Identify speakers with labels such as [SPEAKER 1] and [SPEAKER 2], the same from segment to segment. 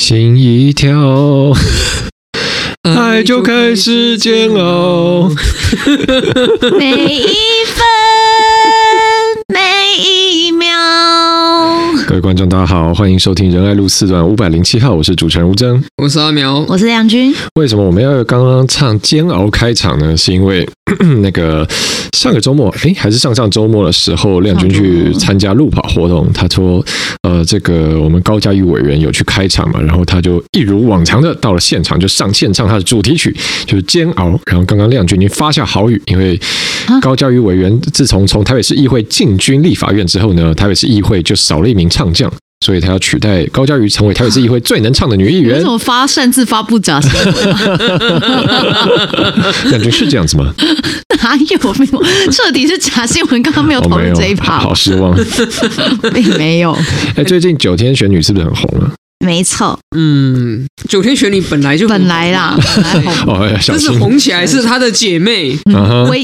[SPEAKER 1] 心一跳， 爱就开始煎熬。
[SPEAKER 2] 每一分每一秒。
[SPEAKER 1] 各位观众，大家好，欢迎收听仁爱路四段五百零七号，我是主持人吴征。
[SPEAKER 3] 我是阿苗，
[SPEAKER 2] 我是梁军，
[SPEAKER 1] 为什么我们要刚刚唱《煎熬》开场呢？是因为 那个上个周末，诶，还是上上周末的时候，亮君
[SPEAKER 2] 嗯
[SPEAKER 1] 去参加路跑活动，他说，呃，这个我们高嘉瑜委员有去开场嘛，然后他就一如往常的到了现场，就上线唱他的主题曲，就是《煎熬》。然后刚刚亮君已经发下豪语，因为
[SPEAKER 2] 啊
[SPEAKER 1] 高嘉瑜委员自从从台北市议会进军立法院之后呢，台北市议会就少了一名唱将。所以他要取代高嘉瑜成为台北市议会最能唱的女议
[SPEAKER 2] 为
[SPEAKER 1] 员
[SPEAKER 2] 什，么发擅自发布假新闻？
[SPEAKER 1] 亮君是这样子吗？
[SPEAKER 2] 哪有没有？彻底是假新闻，刚刚没有
[SPEAKER 1] 哦
[SPEAKER 2] 讨
[SPEAKER 1] 没
[SPEAKER 2] 论
[SPEAKER 1] 有
[SPEAKER 2] 这一趴，
[SPEAKER 1] 好失 望。
[SPEAKER 2] 并没有。
[SPEAKER 1] 哎，最近九天选女是不是很红啊？
[SPEAKER 2] 没错，
[SPEAKER 3] 嗯，九天玄女本来就很
[SPEAKER 2] 本来啦，本来
[SPEAKER 1] 哦
[SPEAKER 2] 红，
[SPEAKER 1] 哎，小
[SPEAKER 3] 但是
[SPEAKER 1] 心
[SPEAKER 3] 红起来是她的姐妹，
[SPEAKER 1] 啊哈！
[SPEAKER 2] 为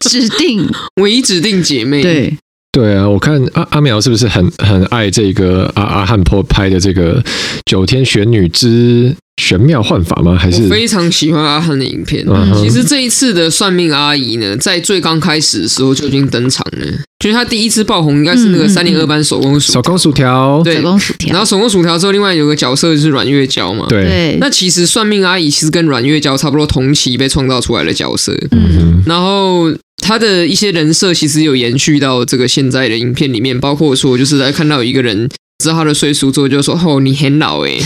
[SPEAKER 2] 指定
[SPEAKER 3] 唯一指定姐妹。，
[SPEAKER 2] 对
[SPEAKER 1] 对啊，我看阿阿苗是不是很很爱这个阿阿汉坡拍的这个九天玄女之玄妙幻法吗？还
[SPEAKER 3] 我
[SPEAKER 1] 是
[SPEAKER 3] 非常喜欢阿汉的影片。
[SPEAKER 1] 嗯
[SPEAKER 3] 其
[SPEAKER 1] 哼
[SPEAKER 3] 实这一次的算命阿姨呢，在最刚开始的时候就已经登场了，就是她第一次爆红应该是那
[SPEAKER 2] 嗯嗯
[SPEAKER 3] 个
[SPEAKER 2] 嗯
[SPEAKER 3] 三零二班手工薯
[SPEAKER 1] 手，工薯条？
[SPEAKER 3] 对
[SPEAKER 2] 手工薯
[SPEAKER 3] 然
[SPEAKER 2] 条，
[SPEAKER 3] 后手工薯条之后，另外有个角色就是阮月娇嘛。
[SPEAKER 1] 对，
[SPEAKER 2] 对，
[SPEAKER 3] 那其实算命阿姨其实跟阮月娇差不多同期被创造出来的角色，
[SPEAKER 2] 嗯，
[SPEAKER 1] 嗯
[SPEAKER 3] 然后他的一些人设其实有延续到这个现在的影片里面，包括说就是来看到有一个人知道他的岁数之后就说：“哦，你很老 诶。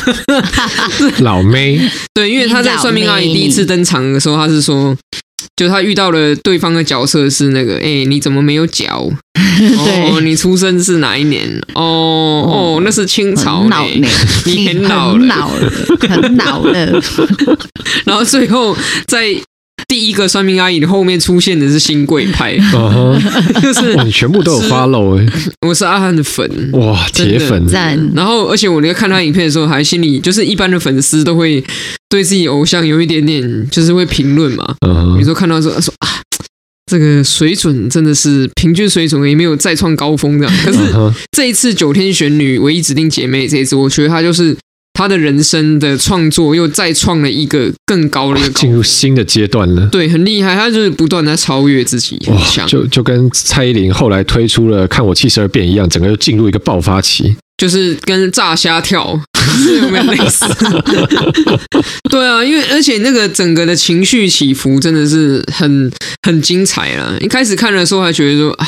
[SPEAKER 1] 哼，老 妹，
[SPEAKER 3] 对，因为他在算命阿姨第一次登场的时候，他是说。就他遇到了对方的角色是那个，哎、你怎么没有 脚？哦，
[SPEAKER 2] 对，
[SPEAKER 3] 你出生是哪一年？哦哦，那是清朝
[SPEAKER 2] 很老
[SPEAKER 3] 呢
[SPEAKER 2] 呢。，
[SPEAKER 3] 你很老
[SPEAKER 2] 很
[SPEAKER 3] 了
[SPEAKER 2] 老了，很老了，
[SPEAKER 3] 然后最后在第一个算命阿姨的后面出现的是新贵派，
[SPEAKER 1] 嗯哼，
[SPEAKER 3] 就是
[SPEAKER 1] 哇，你全部都有
[SPEAKER 3] 是
[SPEAKER 1] 发漏哎，
[SPEAKER 3] 我是阿汉的粉，
[SPEAKER 1] 哇，
[SPEAKER 3] 真
[SPEAKER 1] 铁
[SPEAKER 3] 的
[SPEAKER 1] 粉，
[SPEAKER 2] 赞，
[SPEAKER 3] 然后，而且我在看他影片的时候，还心里就是一般的粉丝都会对自己偶像有一点点，就是会评论嘛。比如
[SPEAKER 1] 嗯哼，
[SPEAKER 3] 说看到说说啊，这个水准真的是平均水准也没有再创高峰这样。可
[SPEAKER 1] 嗯
[SPEAKER 3] 是
[SPEAKER 1] 哼，
[SPEAKER 3] 这一次九天玄女唯一指定姐妹这一次，我觉得她就是她的人生的创作又再创了一个更高的一个高
[SPEAKER 1] 进
[SPEAKER 3] 峰，
[SPEAKER 1] 入新的阶段了。
[SPEAKER 3] 对，很厉害，她就是不断的超越自己，很
[SPEAKER 1] 哇，
[SPEAKER 3] 强。
[SPEAKER 1] 就就跟蔡依林后来推出了《看我七十二变》一样，整个就进入一个爆发期。
[SPEAKER 3] 就是跟炸虾跳 是有没有类似？ 对啊，因为而且那个整个的情绪起伏真的是很很精彩啦。一开始看的时候还觉得说，啊，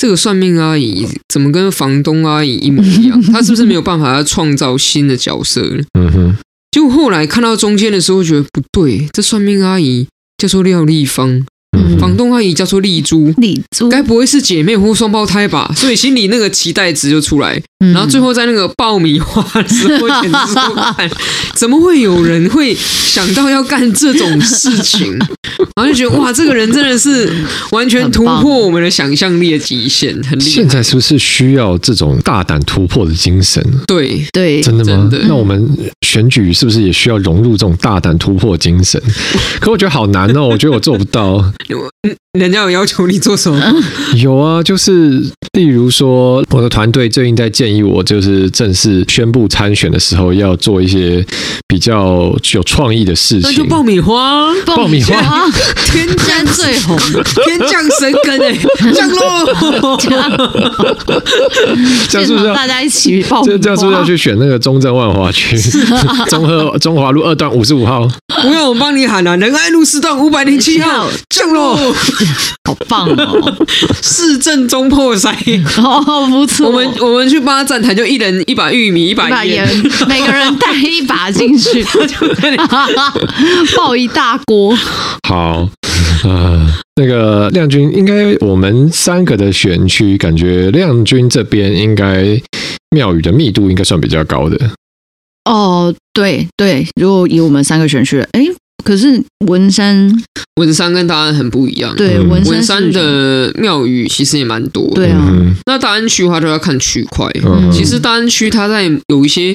[SPEAKER 3] 这个算命阿姨怎么跟房东阿姨一模一样？她是不是没有办法创造新的角色呢？
[SPEAKER 1] 嗯哼，
[SPEAKER 3] 结果后来看到中间的时候，觉得不对，这算命阿姨叫做廖丽芳，
[SPEAKER 1] 嗯
[SPEAKER 3] 房
[SPEAKER 1] 哼，
[SPEAKER 3] 东阿姨叫做丽珠。
[SPEAKER 2] 李珠，
[SPEAKER 3] 该不会是姐妹或双胞胎吧？所以心里那个期待值就出来，然后最后在那个爆米花的时 候，简直说看，怎么会有人会想到要干这种事 情？然后就觉得哇，这个人真的是完全突
[SPEAKER 2] 很
[SPEAKER 3] 破
[SPEAKER 2] 棒
[SPEAKER 3] 我们的想象力的极限，很厉
[SPEAKER 1] 现
[SPEAKER 3] 害。
[SPEAKER 1] 在是不是需要这种大胆突破的精神？
[SPEAKER 3] 对，
[SPEAKER 2] 对，
[SPEAKER 1] 真的吗
[SPEAKER 3] 真的？
[SPEAKER 1] 那我们选举是不是也需要融入这种大胆突破的精 神？可我觉得好难哦，我觉得我做不到。
[SPEAKER 3] 人家有要求你做什么？
[SPEAKER 1] 有啊，就是例如说，我的团队最近在建议我，就是正式宣布参选的时候，要做一些比较有创意的事
[SPEAKER 3] 那
[SPEAKER 1] 情
[SPEAKER 3] 就。爆米花，
[SPEAKER 1] 爆米花，
[SPEAKER 3] 天
[SPEAKER 2] 现在最红，
[SPEAKER 3] 天降神根哎、降落。
[SPEAKER 1] 这样是不是
[SPEAKER 2] 现场
[SPEAKER 1] 要？
[SPEAKER 2] 大家一起爆米
[SPEAKER 1] 这
[SPEAKER 2] 花，
[SPEAKER 1] 这样是不是要去选那个中正万华 区、中和中华路二段五十五号？
[SPEAKER 3] 不用我帮你喊啊，仁爱路四段五百零七号降落，
[SPEAKER 2] 好棒哦！
[SPEAKER 3] 市政中破塞。
[SPEAKER 2] 哦，不错，
[SPEAKER 3] 我们我们去八站台就一人一把玉米，一
[SPEAKER 2] 一
[SPEAKER 3] 把
[SPEAKER 2] 把
[SPEAKER 3] 烟
[SPEAKER 2] 盐，，每个人带一把进去，爆一大锅，
[SPEAKER 1] 好，呃，那个亮君，应该我们三个的选区，感觉亮君这边应该庙宇的密度应该算比较高的。
[SPEAKER 2] 哦，对对，如果以我们三个选区，哎，可是文山
[SPEAKER 3] 文山跟大安很不一样。，
[SPEAKER 2] 对
[SPEAKER 1] 嗯
[SPEAKER 2] 文
[SPEAKER 3] 文
[SPEAKER 2] 山
[SPEAKER 3] 山
[SPEAKER 2] 是
[SPEAKER 3] 的庙宇其实也蛮多的。
[SPEAKER 2] 对啊
[SPEAKER 1] 嗯
[SPEAKER 3] 那大安区的话就要看区块。
[SPEAKER 1] 哼，嗯
[SPEAKER 3] 其实大安区它在有一些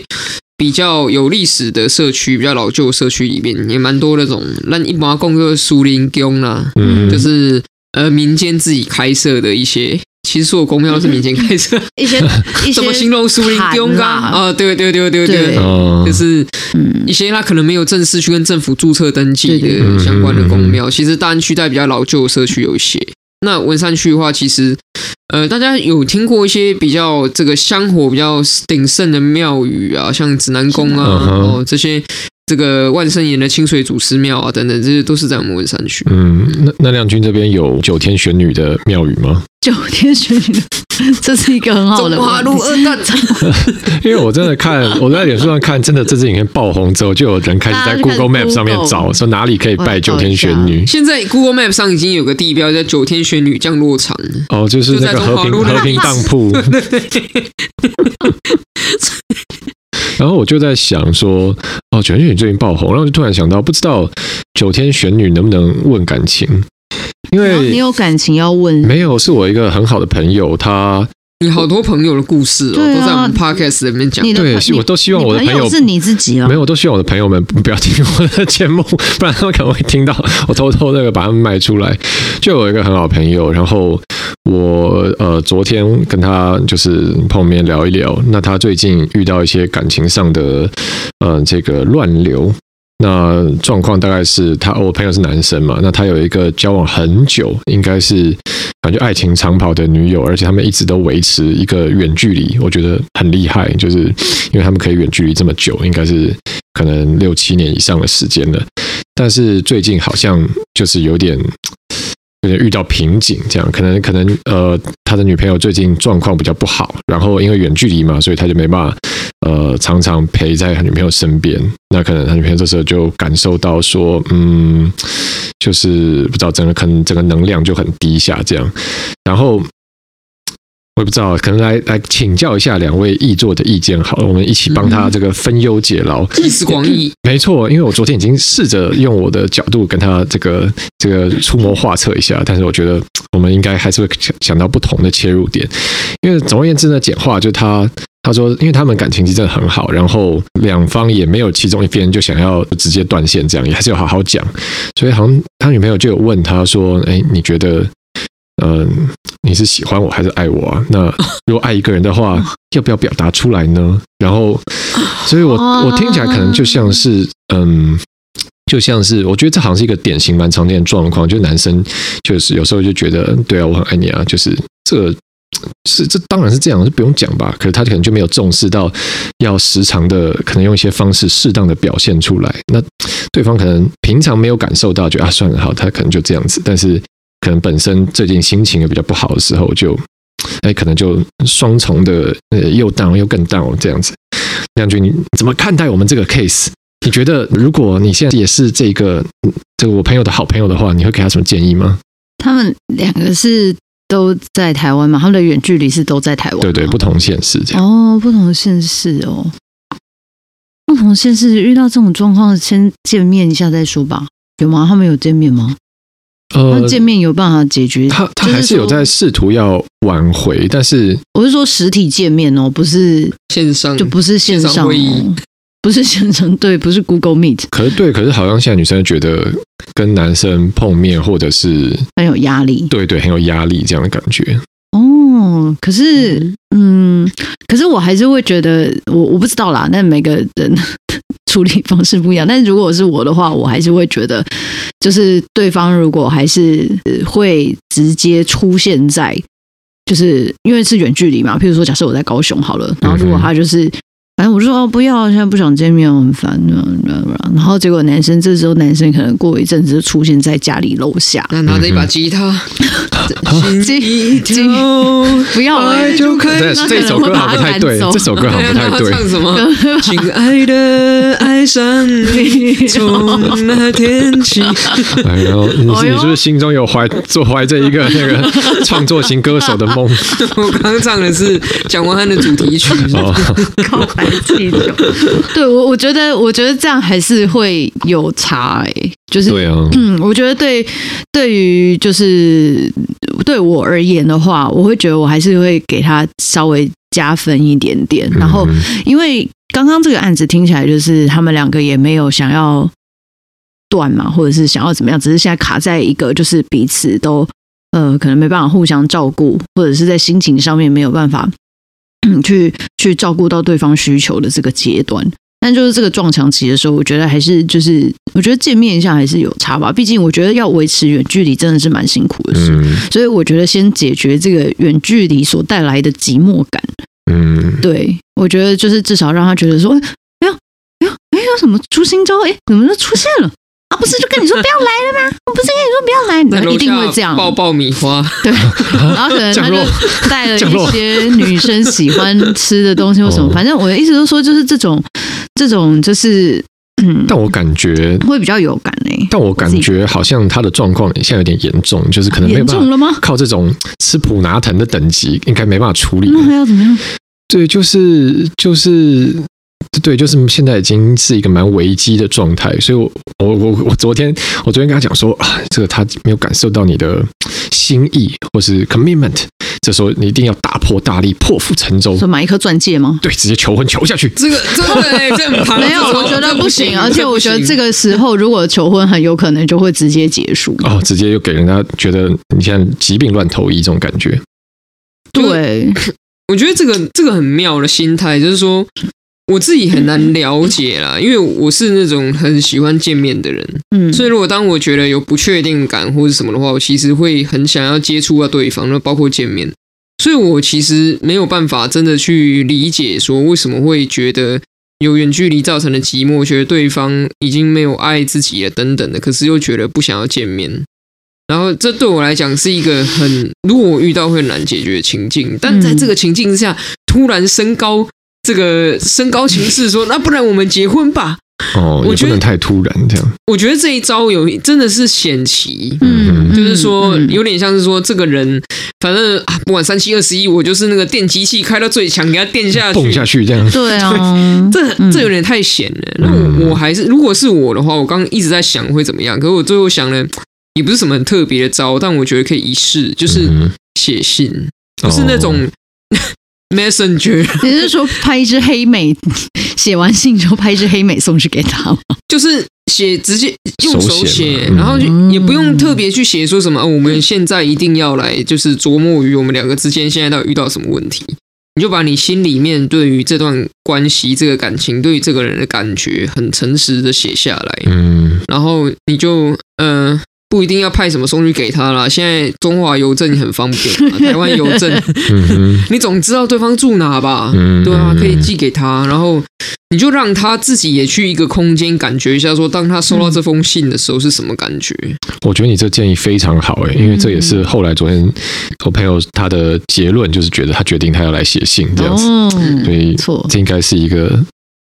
[SPEAKER 3] 比较有历史的社区、比较老旧的社区里面，也蛮多那种那一般共个树林宫啦，
[SPEAKER 1] 嗯
[SPEAKER 3] 就是呃民间自己开设的一些其实所有公票都是民间开设，
[SPEAKER 2] 一些 一些
[SPEAKER 3] 什么形容苏林丢
[SPEAKER 2] 喊
[SPEAKER 3] 噶
[SPEAKER 2] 啦
[SPEAKER 3] 啊，对对对对对
[SPEAKER 2] 对，
[SPEAKER 1] 哦
[SPEAKER 3] 就是
[SPEAKER 2] 嗯
[SPEAKER 3] 一些他可能没有正式去跟政府注册登记
[SPEAKER 2] 对对
[SPEAKER 1] 对
[SPEAKER 3] 的相关的公
[SPEAKER 1] 嗯
[SPEAKER 3] 庙，其实大安区在比较老旧的社区有一些。那文山区的话，其实呃，大家有听过一些比较这个香火比较鼎盛的庙宇啊，像指南宫啊，
[SPEAKER 1] 嗯哼
[SPEAKER 3] 哦这些这个万圣岩的清水祖师庙啊等等，这些都是在我们文山区。
[SPEAKER 1] 嗯，那那亮君这边有九天玄女的庙宇吗？
[SPEAKER 2] 九天玄女，这是一个很好的
[SPEAKER 3] 中华
[SPEAKER 2] 问题
[SPEAKER 3] 路二段，
[SPEAKER 1] 因为我真的看我在脸书上看，真的这支影片爆红之后，就有人开始在
[SPEAKER 2] 大家就开始
[SPEAKER 1] Google Map 上面
[SPEAKER 2] Google
[SPEAKER 1] 找，说哪里可以拜九天玄女。
[SPEAKER 3] 现在 Google Map 上已经有个地标叫九天玄女降落 场，
[SPEAKER 1] 哦，就是那个
[SPEAKER 3] 就在中
[SPEAKER 1] 和
[SPEAKER 3] 华
[SPEAKER 1] 平
[SPEAKER 3] 路那
[SPEAKER 1] 和平当铺。然后我就在想说，哦，九天玄女最近爆红，然后就突然想到，不知道九天玄女能不能问感情，因
[SPEAKER 2] 然后你
[SPEAKER 1] 为
[SPEAKER 2] 有感情要问，
[SPEAKER 1] 没有是我一个很好的朋友，他
[SPEAKER 3] 你好多朋友的故事哦，
[SPEAKER 2] 对啊
[SPEAKER 3] 都在我们 podcast 里面讲。
[SPEAKER 2] 你的
[SPEAKER 1] 对
[SPEAKER 2] 朋
[SPEAKER 1] 是我都希望
[SPEAKER 2] 你
[SPEAKER 1] 我的
[SPEAKER 2] 朋
[SPEAKER 1] 朋友
[SPEAKER 2] 是你自己
[SPEAKER 1] 没
[SPEAKER 2] 了，
[SPEAKER 1] 有，我都希望我的朋友们不不要听我的节目， 不然他们可能会听到我偷偷那个把他们卖出来。就有一个很好的朋友，然后我呃昨天跟他就是碰面聊一聊，那他最近遇到一些感情上的呃这个乱流。那状况大概是他，我朋友是男生嘛，那他有一个交往很久，应该是感觉爱情长跑的女友，而且他们一直都维持一个远距离，我觉得很厉害，就是因为他们可以远距离这么久，应该是可能六七年以上的时间了。但是最近好像就是有点有点遇到瓶颈，这样可能可能呃，他的女朋友最近状况比较不好，然后因为远距离嘛，所以他就没办法呃常常陪在他女朋友身边。那可能他女朋友这时候就感受到说，嗯，就是不知道整个可能整个能量就很低下这样，然后。我也不知道，可能来来请教一下两位译作的意见好了，我们一起帮他这个分忧解劳。
[SPEAKER 3] 集思广益，
[SPEAKER 1] 没错，因为我昨天已经试着用我的角度跟他这个这个出谋划策一下，但是我觉得嗯我们应该还是会想想到不同的切入点。因为总而言之呢，简化就他他说，因为他们感情其实真的很好，然后两方也没有其中一边就想要直接断线，这样也还是有好好讲。所以好像他女朋友就有问他说：“哎，你觉得，嗯、你是喜欢我还是爱我啊？那如果爱一个人的话，要不要表达出来呢？”然后，所以我我听起来可能就像是嗯。就像是，我觉得这好像是一个典型蛮常见的状况，就是男生就是有时候就觉得，嗯对啊，我很爱你啊，就是这是这当然是这样，是不用讲吧。可是他可能就没有重视到要时常的，可能用一些方式适当的表现出来。那对方可能平常没有感受到，就啊算了，好，他可能就这样子。但是可能本身最近心情也比较不好的时候，就哎可能就双重的呃又 down 又更 down 这样子。亮君，你怎么看待我们这个 case？你觉得如果你现在也是这个嗯这个我朋友的好朋友的话，你会给他什么建议吗？
[SPEAKER 2] 他们两个是都在台湾嘛，他们的远距离是都在台湾吗，
[SPEAKER 1] 对对，不同县市这样。
[SPEAKER 2] 哦，不同县市哦，不同县市遇到这种状况，先见面一下再说吧。有吗？他们有见面吗？
[SPEAKER 1] 呃
[SPEAKER 2] 哦那，见面有办法解决？
[SPEAKER 1] 他他
[SPEAKER 2] 就
[SPEAKER 1] 还是有
[SPEAKER 2] 说
[SPEAKER 1] 在试图要挽回，但是
[SPEAKER 2] 我是说实体见面哦，不是
[SPEAKER 3] 线上
[SPEAKER 1] 嗯
[SPEAKER 2] 就不是线
[SPEAKER 3] 线上
[SPEAKER 2] 上
[SPEAKER 3] 会议
[SPEAKER 2] 哦，不是线上对，不是 Google Meet，
[SPEAKER 1] 可是对，可是好像现在女生觉得跟男生碰面或者是
[SPEAKER 2] 很有压力
[SPEAKER 1] 对对很有压力这样的感觉。
[SPEAKER 2] 哦。可是嗯，可是我还是会觉得，我我不知道啦，那每个人 处理方式不一样。但如果是我的话，我还是会觉得，就是对方如果还是呃会直接出现在，就是因为是远距离嘛。譬如说，假设我在高雄好了，然后如果他就是。反正我就说、哦、不要，现在不想见面，我很烦。然后结果男生这时候男生可能过一阵子就出现在家里楼下，
[SPEAKER 3] 那拿着一把吉他，
[SPEAKER 2] 这
[SPEAKER 3] 心
[SPEAKER 2] 这
[SPEAKER 3] 跳
[SPEAKER 2] 不要了，
[SPEAKER 3] 哦爱就可以
[SPEAKER 1] 对，
[SPEAKER 2] 那
[SPEAKER 1] 这
[SPEAKER 2] 可
[SPEAKER 1] 首
[SPEAKER 2] 能会
[SPEAKER 1] 歌好
[SPEAKER 2] 把
[SPEAKER 1] 像不
[SPEAKER 2] 他
[SPEAKER 1] 太
[SPEAKER 2] 赶
[SPEAKER 1] 对，
[SPEAKER 2] 走
[SPEAKER 1] 这首歌好像不太
[SPEAKER 3] 对啊那他
[SPEAKER 1] 对。
[SPEAKER 3] 唱什么？亲爱的，爱上 你，从那天起，
[SPEAKER 1] 哎呦，你是
[SPEAKER 2] 哎呦
[SPEAKER 1] 你是不是心中有怀做怀着一个那个创作型歌手的梦？
[SPEAKER 3] 我刚刚唱的是蒋万安的主题曲。
[SPEAKER 1] 哦，
[SPEAKER 2] 告白气球。 对我，我觉得，我觉得这样还是会有差诶、就是
[SPEAKER 1] 对啊，
[SPEAKER 2] 嗯，我觉得对，对于就是对我而言的话，我会觉得我还是会给他稍微加分一点点。然后，
[SPEAKER 1] 嗯
[SPEAKER 2] 因为刚刚这个案子听起来就是他们两个也没有想要断嘛，或者是想要怎么样，只是现在卡在一个就是彼此都呃，可能没办法互相照顾，或者是在心情上面没有办法嗯去去照顾到对方需求的这个阶段。但就是这个撞墙期的时候，我觉得还是就是，我觉得见面一下还是有差吧。毕竟我觉得要维持远距离真的是蛮辛苦的事，
[SPEAKER 1] 嗯
[SPEAKER 2] 所以我觉得先解决这个远距离所带来的寂寞感。
[SPEAKER 1] 嗯，
[SPEAKER 2] 对，我觉得就是至少让他觉得说，哎哎呦哎呦哎呦，怎么出新招？哎，怎么就出现了？啊，不是就跟你说不要来了吗？我不是跟你说不要来，
[SPEAKER 3] 在
[SPEAKER 2] 然后
[SPEAKER 3] 楼
[SPEAKER 2] 一定会这
[SPEAKER 3] 下
[SPEAKER 2] 样。
[SPEAKER 3] 爆爆米花，
[SPEAKER 2] 对，然后可能他
[SPEAKER 1] 降
[SPEAKER 2] 就
[SPEAKER 1] 落
[SPEAKER 2] 带了
[SPEAKER 1] 降
[SPEAKER 2] 一
[SPEAKER 1] 落
[SPEAKER 2] 些女生喜欢吃的东西或什么
[SPEAKER 1] 哦，
[SPEAKER 2] 反正我的意思就是说，就是这种这种就是嗯，
[SPEAKER 1] 但我感觉，
[SPEAKER 2] 会比较有感诶、
[SPEAKER 1] 但我感觉好像他的状况现在有点严重，就是可能没有
[SPEAKER 2] 严
[SPEAKER 1] 办
[SPEAKER 2] 重
[SPEAKER 1] 法
[SPEAKER 2] 了吗？
[SPEAKER 1] 靠这种吃普拿疼的等级，应该没办法处理。
[SPEAKER 2] 那嗯还要怎么样？
[SPEAKER 1] 对，就是就是。对，就是现在已经是一个蛮危机的状态，所以我我我我昨天我昨天跟他讲说啊，这个他没有感受到你的心意或是 commitment，这时候你一定要大破大立，破釜沉舟，
[SPEAKER 2] 说买一颗钻戒吗？
[SPEAKER 1] 对，直接求婚求下去。
[SPEAKER 3] 这个真的哎，这很庞
[SPEAKER 2] 没有，我觉得不行，而且我觉得这
[SPEAKER 3] 个
[SPEAKER 2] 个时候如果求婚，很有可能就会直接结束。
[SPEAKER 1] 哦，直接又给人家觉得你现在疾病乱投医这种感觉。
[SPEAKER 2] 对，
[SPEAKER 3] 我觉得这个这个很妙的心态，就是说我自己很难了解啦，因为我是那种很喜欢见面的人，
[SPEAKER 2] 嗯，
[SPEAKER 3] 所以如果当我觉得有不确定感或者什么的话，我其实会很想要接触到对方，那包括见面。所以我其实没有办法真的去理解说为什么会觉得有远距离造成的寂寞，觉得对方已经没有爱自己了等等的，可是又觉得不想要见面。然后这对我来讲是一个很，如果我遇到会很难解决的情境，但在这个情境之下，突然升高这个升高情势说，那不然我们结婚吧？
[SPEAKER 1] 哦，
[SPEAKER 3] 我
[SPEAKER 1] 也
[SPEAKER 3] 觉
[SPEAKER 1] 不
[SPEAKER 3] 得
[SPEAKER 1] 能太突然这样。
[SPEAKER 3] 我觉得这一招有真的是险棋，
[SPEAKER 1] 嗯
[SPEAKER 3] 就是说
[SPEAKER 2] 嗯
[SPEAKER 3] 有点像是说这个人，反正啊不管三七二十一，我就是那个电机器开到最强，给他电下去
[SPEAKER 1] 蹦。下去这样，
[SPEAKER 2] 对啊，
[SPEAKER 3] 这
[SPEAKER 2] 嗯
[SPEAKER 3] 这有点太险了。那
[SPEAKER 1] 嗯
[SPEAKER 3] 我我还是，如果是我的话，我刚刚一直在想会怎么样，可是我最后想了，也不是什么很特别的招，但我觉得可以一试，就是
[SPEAKER 1] 嗯
[SPEAKER 3] 写信，不是那
[SPEAKER 1] 哦
[SPEAKER 3] 种 messenger，
[SPEAKER 2] 你是说拍一只黑美，写完信之后拍一只黑美送去给他吗？
[SPEAKER 3] 就是写直接用手
[SPEAKER 1] 手写
[SPEAKER 3] 写，
[SPEAKER 1] 嘛嗯
[SPEAKER 3] 然后就
[SPEAKER 2] 嗯
[SPEAKER 3] 也不用特别去写说什么、哦，我们现在一定要来，就是琢磨于我们两个之间现在到底遇到什么问题。你就把你心里面对于这段关系、这个感情、对于这个人的感觉，很诚实的写下来，
[SPEAKER 1] 嗯，
[SPEAKER 3] 然后你就呃不一定要派什么送去给他啦。现在中华邮政很方便 嘛，台湾邮政，
[SPEAKER 1] 嗯哼
[SPEAKER 3] 你总知道对方住哪吧？
[SPEAKER 1] 嗯
[SPEAKER 3] 对啊，可以
[SPEAKER 1] 嗯
[SPEAKER 3] 寄给他，然后你就让他自己也去一个空间，感觉一下，说当他收到这封信的时候是什么感觉。
[SPEAKER 2] 嗯
[SPEAKER 1] 我觉得你这建议非常好诶、因为这也是后来昨天我朋友他的结论，就是觉得他决定他要来写信这样子，
[SPEAKER 2] 哦，
[SPEAKER 1] 所以
[SPEAKER 2] 不错，
[SPEAKER 1] 这应该是一个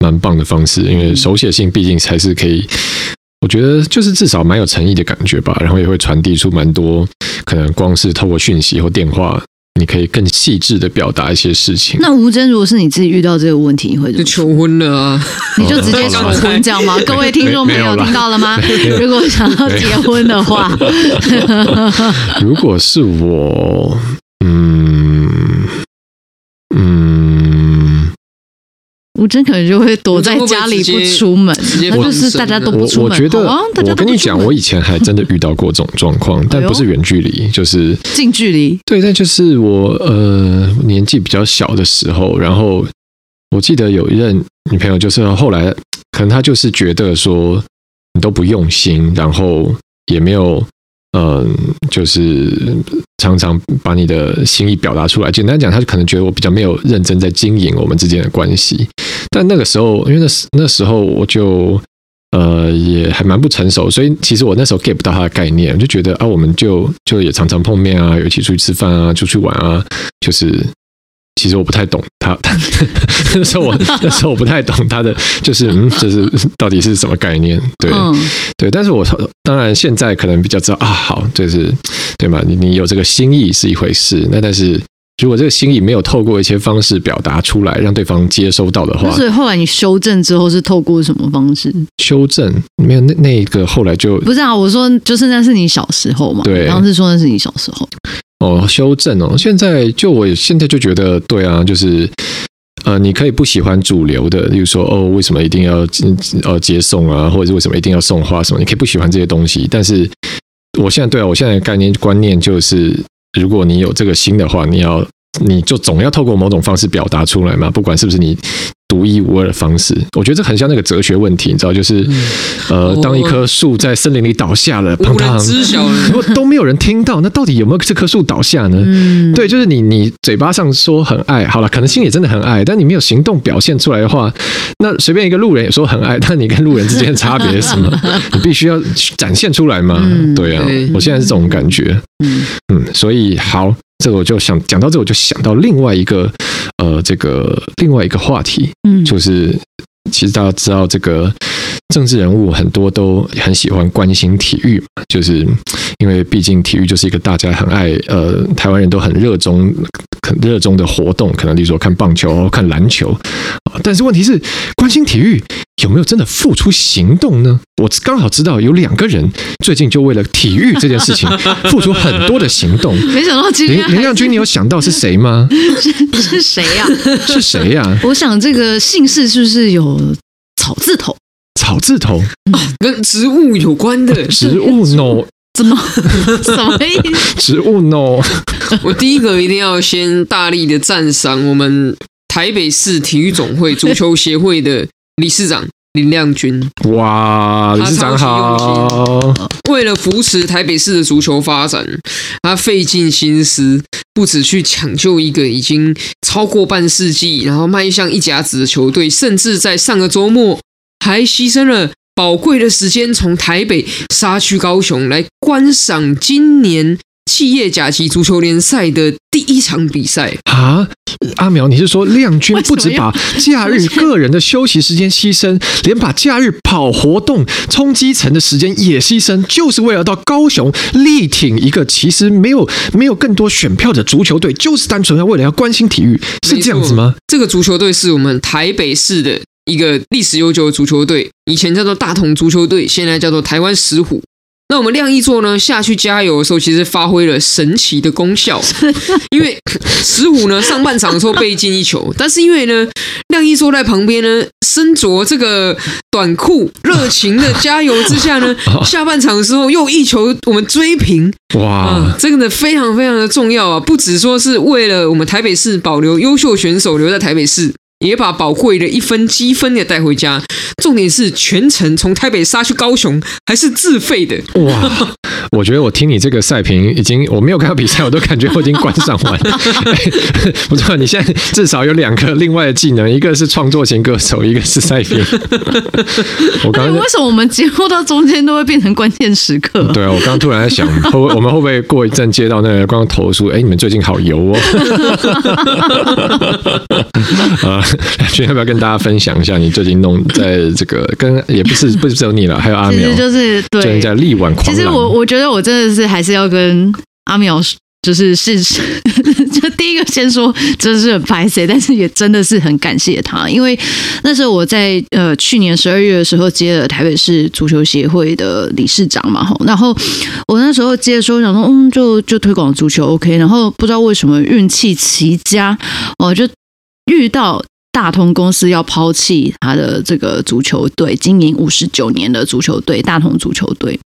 [SPEAKER 1] 蛮棒的方式，因为手写信毕竟才是可以，我觉得就是至少蛮有诚意的感觉吧，然后也会传递出蛮多，可能光是透过讯息或电话，你可以更细致的表达一些事情。
[SPEAKER 2] 那吴真，如果是你自己遇到这个问题，你会怎
[SPEAKER 3] 就
[SPEAKER 2] 么说？
[SPEAKER 3] 求婚了啊！
[SPEAKER 2] 你就直接求婚 这样吗？各位听众朋
[SPEAKER 1] 没有
[SPEAKER 2] 友
[SPEAKER 1] 啦
[SPEAKER 2] 听到了吗
[SPEAKER 1] 没？有
[SPEAKER 2] 如果想要结婚的话，
[SPEAKER 1] 如果是我，嗯嗯，
[SPEAKER 2] 吴真可能就会躲在家里不出门，
[SPEAKER 3] 直接
[SPEAKER 2] 那就是大家都不
[SPEAKER 1] 我
[SPEAKER 2] 出
[SPEAKER 1] 我
[SPEAKER 2] 门。
[SPEAKER 1] 觉得
[SPEAKER 2] 好啊，大家
[SPEAKER 1] 我
[SPEAKER 2] 都
[SPEAKER 1] 跟
[SPEAKER 2] 不
[SPEAKER 1] 你
[SPEAKER 2] 出
[SPEAKER 1] 讲，
[SPEAKER 2] 门哎
[SPEAKER 1] 我以前还真的遇到过这种状 况，但不是远距离，就是
[SPEAKER 2] 近距离，
[SPEAKER 1] 对，但就是我呃年纪比较小的时候，然后我记得有一任女朋友，就是后来可能她就是觉得说你都不用心，然后也没有嗯、就是常常把你的心意表达出来。简单讲，她可能觉得我比较没有认真在经营我们之间的关系。但那个时候，因为那时那时候我就。呃，也还蛮不成熟，所以其实我那时候 get 不到他的概念，就觉得啊，我们就就也常常碰面啊，有一起出去吃饭啊，出去玩啊，就是其实我不太懂他，他 那时候我那时候我不太懂他的，就是嗯，就是到底是什么概念？对、
[SPEAKER 2] 嗯，
[SPEAKER 1] 对，但是我当然现在可能比较知道啊，好，就是对嘛，你你有这个心意是一回事，那但是如果这个心意没有透过一些方式表达出来，让对方接收到的话，
[SPEAKER 2] 那所以后来你修正之后是透过什么方式？
[SPEAKER 1] 修正没有那那个后来就
[SPEAKER 2] 不是啊，我说就是那是你小时候嘛，
[SPEAKER 1] 对
[SPEAKER 2] 你当时说那是你小时候，
[SPEAKER 1] 哦，修正哦，现在就我也现在就觉得对啊，就是。呃，你可以不喜欢主流的，例如说哦，为什么一定要嗯呃接送啊，或者是为什么一定要送花什么？你可以不喜欢这些东西，但是我现在对啊，我现在的概念观念就是，如果你有这个心的话，你要你就总要透过某种方式表达出来嘛，不管是不是你独一无二的方式。我觉得这很像那个哲学问题，你知道，就是、呃，当一棵树在森林里倒下了，
[SPEAKER 3] 无
[SPEAKER 1] 砰
[SPEAKER 3] 人
[SPEAKER 1] 砰，
[SPEAKER 3] 知晓
[SPEAKER 1] 如
[SPEAKER 3] 了。
[SPEAKER 1] 果都没有人听到，那到底有没有这棵树倒下呢？
[SPEAKER 2] 嗯，
[SPEAKER 1] 对，就是你，你嘴巴上说很爱，好了，可能心里真的很爱，但你没有行动表现出来的话，那随便一个路人也说很爱，但你跟路人之间的差别是什么？你必须要展现出来嘛。
[SPEAKER 2] 嗯
[SPEAKER 1] 对啊，
[SPEAKER 3] 对
[SPEAKER 1] 我现在是这种感觉，
[SPEAKER 2] 嗯
[SPEAKER 1] 嗯，所以好，这个我就想讲到这，我就想到另外一个呃，这个另外一个话题，
[SPEAKER 2] 嗯，
[SPEAKER 1] 就是其实大家知道，这个政治人物很多都很喜欢关心体育嘛，就是因为毕竟体育就是一个大家很爱，呃，台湾人都很热衷、很热衷的活动，可能例如说看棒球、看篮球。啊但是问题是，关心体育有没有真的付出行动呢？我刚好知道有两个人最近就为了体育这件事 情付出很多的行动。
[SPEAKER 2] 没想到今
[SPEAKER 1] 林
[SPEAKER 2] 天
[SPEAKER 1] 林亮君，你有想到是谁吗？
[SPEAKER 2] 还是谁 呀、
[SPEAKER 1] 是谁呀、
[SPEAKER 2] 我想这个姓氏是不是有草 字头？
[SPEAKER 1] 草字头，
[SPEAKER 3] 跟植物有关 的，
[SPEAKER 1] 植 物 no
[SPEAKER 2] 怎么什么意思？
[SPEAKER 1] 植物 no，
[SPEAKER 3] 我第一个一定要先大力的赞赏我们台北市体育总会足球协会的理事长林亮君，
[SPEAKER 1] 哇，理事长好，
[SPEAKER 3] 为了扶持台北市的足球发展，他费尽心思，不止去抢救一个已经超过半世纪，然后迈向一甲子的球队，甚至在上个周末还牺牲了宝贵的时间，从台北杀去高雄来观赏今年企业甲级足球联赛的第一场比赛。
[SPEAKER 1] 啊！阿苗，你是说亮君
[SPEAKER 2] 为什
[SPEAKER 1] 不
[SPEAKER 2] 么
[SPEAKER 1] 止
[SPEAKER 2] 要
[SPEAKER 1] 把假日个人的休息时间牺牲，连把假日跑活动冲基层的时间也牺牲，就是为了到高雄力挺一个其实没有没有更多选票的足球队，就是单纯要为了要关心体育，是这样子吗？
[SPEAKER 3] 这个足球队是我们台北市的一个历史悠久的足球队，以前叫做大同足球队，现在叫做台湾石虎。那我们亮一座呢下去加油的时候，其实发挥了神奇的功效， 因为石虎呢上半场的时候被进一球，但是因为呢亮一座在旁边呢身着这个短裤，热情的加油之下 呢，
[SPEAKER 1] 哦
[SPEAKER 3] 下半场的时候又一球我们追平，啊
[SPEAKER 2] 嗯
[SPEAKER 1] 哇，，
[SPEAKER 3] 这个呢非常非常的重要啊！不只说是为了我们台北市保留优秀选手留在台北市，也把宝贵的一分积分也带回家。重点是全程从台北杀去高雄，还是自费的。
[SPEAKER 1] 哇！ 我觉得我听你这个赛评，已经我没有看到比赛，我都感觉我已经观赏完。 哎不错，你现在至少有两个另外的技能，一个是创作型歌手，一个是赛评。 我
[SPEAKER 2] 哎
[SPEAKER 1] 刚刚
[SPEAKER 2] 为什么我们节目到中间都会变成关键时刻？
[SPEAKER 1] 对啊，我刚刚突然在想，会不会我们会不会过一阵接到那个观众投诉？哎，你们最近好油哦。 呃，君要不要跟大家分享一下你最近弄在这个跟也不是不是只有你了，还有阿
[SPEAKER 2] 其
[SPEAKER 1] 苗
[SPEAKER 2] 实，就是
[SPEAKER 1] 最
[SPEAKER 2] 对
[SPEAKER 1] 近，在力挽狂
[SPEAKER 2] 其
[SPEAKER 1] 澜。
[SPEAKER 2] 实我我觉得我真的是还是要跟阿淼说，就是是， 就第一个先说，真是很拍谁，但是也真的是很感谢他，因为那时候我在呃去年十二月的时候接了台北市足球协会的理事长嘛，吼，然后我那时候接的时候想说，嗯，就就推广足球 OK，然后不知道为什么运气奇佳，我就遇到大同公司要抛弃他的这个足球队，经营五十九年的足球队大同足球队。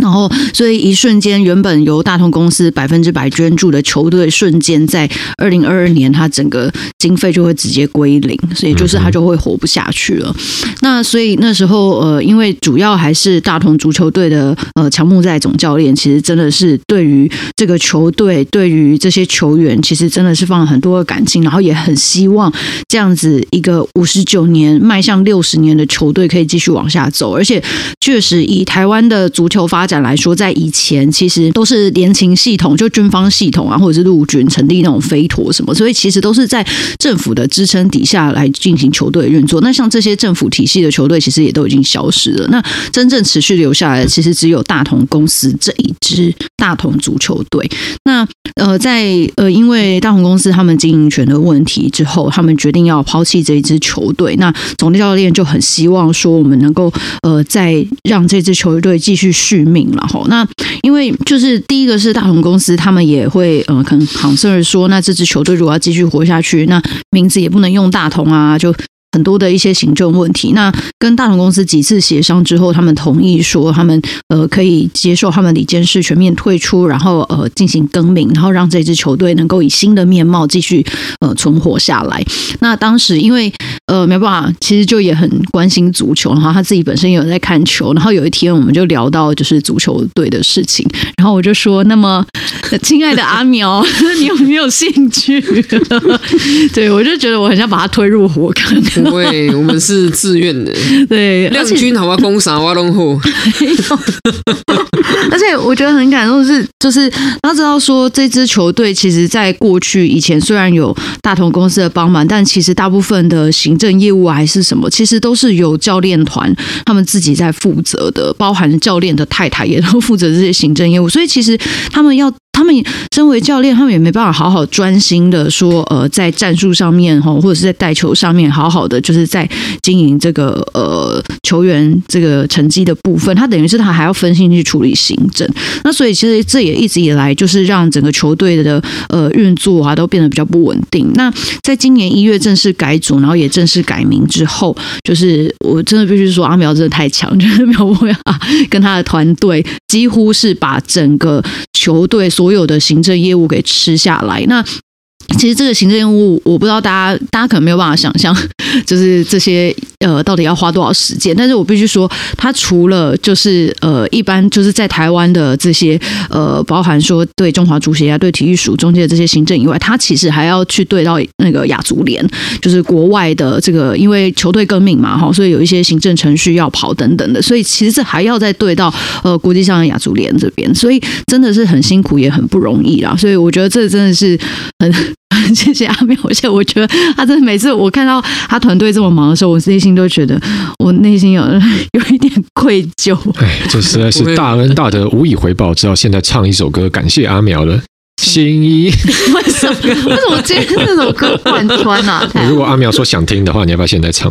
[SPEAKER 2] 然后，所以一瞬间，原本由大同公司百分之百捐助的球队，瞬间在二零二二年，它整个经费就会直接归零，所以就是它就会活不下去了。那所以那时候，呃，因为主要还是大同足球队的呃乔木在总教练，其实真的是对于这个球队，对于这些球员，其实真的是放了很多的感情，然后也很希望这样子一个五十九年迈向六十年的球队可以继续往下走，而且确实以台湾的足球发展来说，在以前其实都是联勤系统，就军方系统啊，或者是陆军成立那种飞陀什么，所以其实都是在政府的支撑底下来进行球队的运作。那像这些政府体系的球队，其实也都已经消失了。那真正持续留下来的，其实只有大同公司这一支大同足球队。那呃，在呃，因为大同公司他们经营权的问题之后，他们决定要抛弃这一支球队。那总教练就很希望说，我们能够呃，再让这支球队继续续命了吼。那因为就是第一个是大同公司，他们也会呃，可能 concern 说，那这支球队如果要继续活下去，那名字也不能用大同啊，就很多的一些行政问题。那跟大同公司几次协商之后，他们同意说他们呃可以接受他们理监事全面退出，然后呃进行更名，然后让这支球队能够以新的面貌继续呃存活下来。那当时因为呃没办法，其实就也很关心足球，然后他自己本身也有在看球，然后有一天我们就聊到就是足球队的事情，然后我就说，那么呃亲爱的阿苗， 你有没有兴趣？ 对我就觉得我很想把他推入火坑，
[SPEAKER 3] 不会，我们是自愿的。
[SPEAKER 2] 对，而
[SPEAKER 3] 亮
[SPEAKER 2] 且
[SPEAKER 3] 君好啊，攻啥挖龙 后，
[SPEAKER 2] 而且我觉得很感动的是，就是他知道说这支球队其实在过去以前虽然有大同公司的帮忙，但其实大部分的行政业务啊还是什么，其实都是由教练团他们自己在负责的，包含教练的太太也都负责这些行政业务，所以其实他们要。他们身为教练，他们也没办法好好专心的说，呃，在战术上面哈，或者是在带球上面，好好的就是在经营这个呃球员这个成绩的部分，他等于是他还要分心去处理行政。那所以其实这也一直以来就是让整个球队的呃运作啊都变得比较不稳定。那在今年一月正式改组，然后也正式改名之后，就是我真的必须说阿苗真的太强，就是苗博雅跟他的团队几乎是把整个球队所有的行政业务给吃下来。那其实这个行政业务，我不知道大家大家可能没有办法想象， 就是这些呃到底要花多少时间。但是我必须说，它除了就是呃一般就是在台湾的这些呃包含说对中华足协啊、对体育署中间的这些行政以外，它其实还要去对到那个亚足联，就是国外的这个因为球队更名嘛哈，所以有一些行政程序要跑等等的，所以其实这还要再对到呃国际上的亚足联这边，所以真的是很辛苦也很不容易啦。所以我觉得这真的是很。 很谢谢阿妙，而且我觉得他真的每次我看到他团队这么忙的时候，我内心都觉得我内心有 有一点愧疚。
[SPEAKER 1] 哎，这实在是大恩大德无以回报，只好现在唱一首歌感谢阿苗
[SPEAKER 2] 嗯
[SPEAKER 1] 了。新 一，
[SPEAKER 2] 为什么？为什么今天这首歌贯穿啊？ 太好
[SPEAKER 1] 如
[SPEAKER 2] 了
[SPEAKER 1] 果阿苗说想听的话，你要不要现在唱？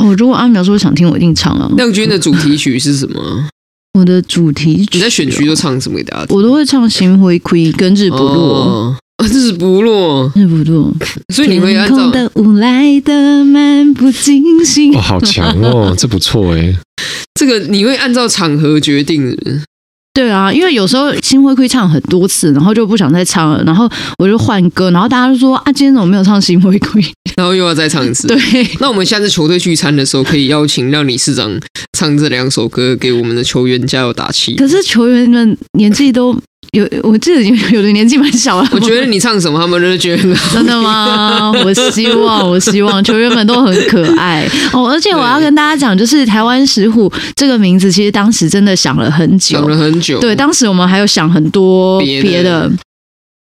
[SPEAKER 2] 哦，如果阿苗说想听，我一定唱啊。
[SPEAKER 3] 亮君的主题曲是什么？
[SPEAKER 2] 我的主题曲
[SPEAKER 3] 你在选曲都唱什么给大家听？
[SPEAKER 2] 我都会唱《心回归》跟《日不落
[SPEAKER 3] 哦，啊日不落》，，
[SPEAKER 2] 日不落。
[SPEAKER 3] 所以你会
[SPEAKER 2] 天
[SPEAKER 3] 按
[SPEAKER 2] 空
[SPEAKER 3] 照
[SPEAKER 2] 的雾来的漫不经心
[SPEAKER 1] 哇，。好强哦，这不错哎。
[SPEAKER 3] 这个，你会按照场合决定是不是
[SPEAKER 2] 对啊，因为有时候新辉会唱很多次，然后就不想再唱了，然后我就换歌，然后大家就说啊，今天怎么没有唱新辉会？
[SPEAKER 3] 然后又要再唱一次。
[SPEAKER 2] 对，
[SPEAKER 3] 那我们下次球队聚餐的时候，可以邀请让理事长唱这两首歌给我们的球员加油打气。
[SPEAKER 2] 可是球员们年纪都有，我记得有有的年纪蛮 小的。
[SPEAKER 3] 我觉得你唱什么，他们都觉得
[SPEAKER 2] 真的吗？我希望，我希望球员们都很可爱 哦。而且我要跟大家讲，就是台湾石虎这个名字，其实当时真的想了很久
[SPEAKER 3] 想，了 很久。
[SPEAKER 2] 对，当时我们还有想很多
[SPEAKER 3] 别的
[SPEAKER 2] 别的。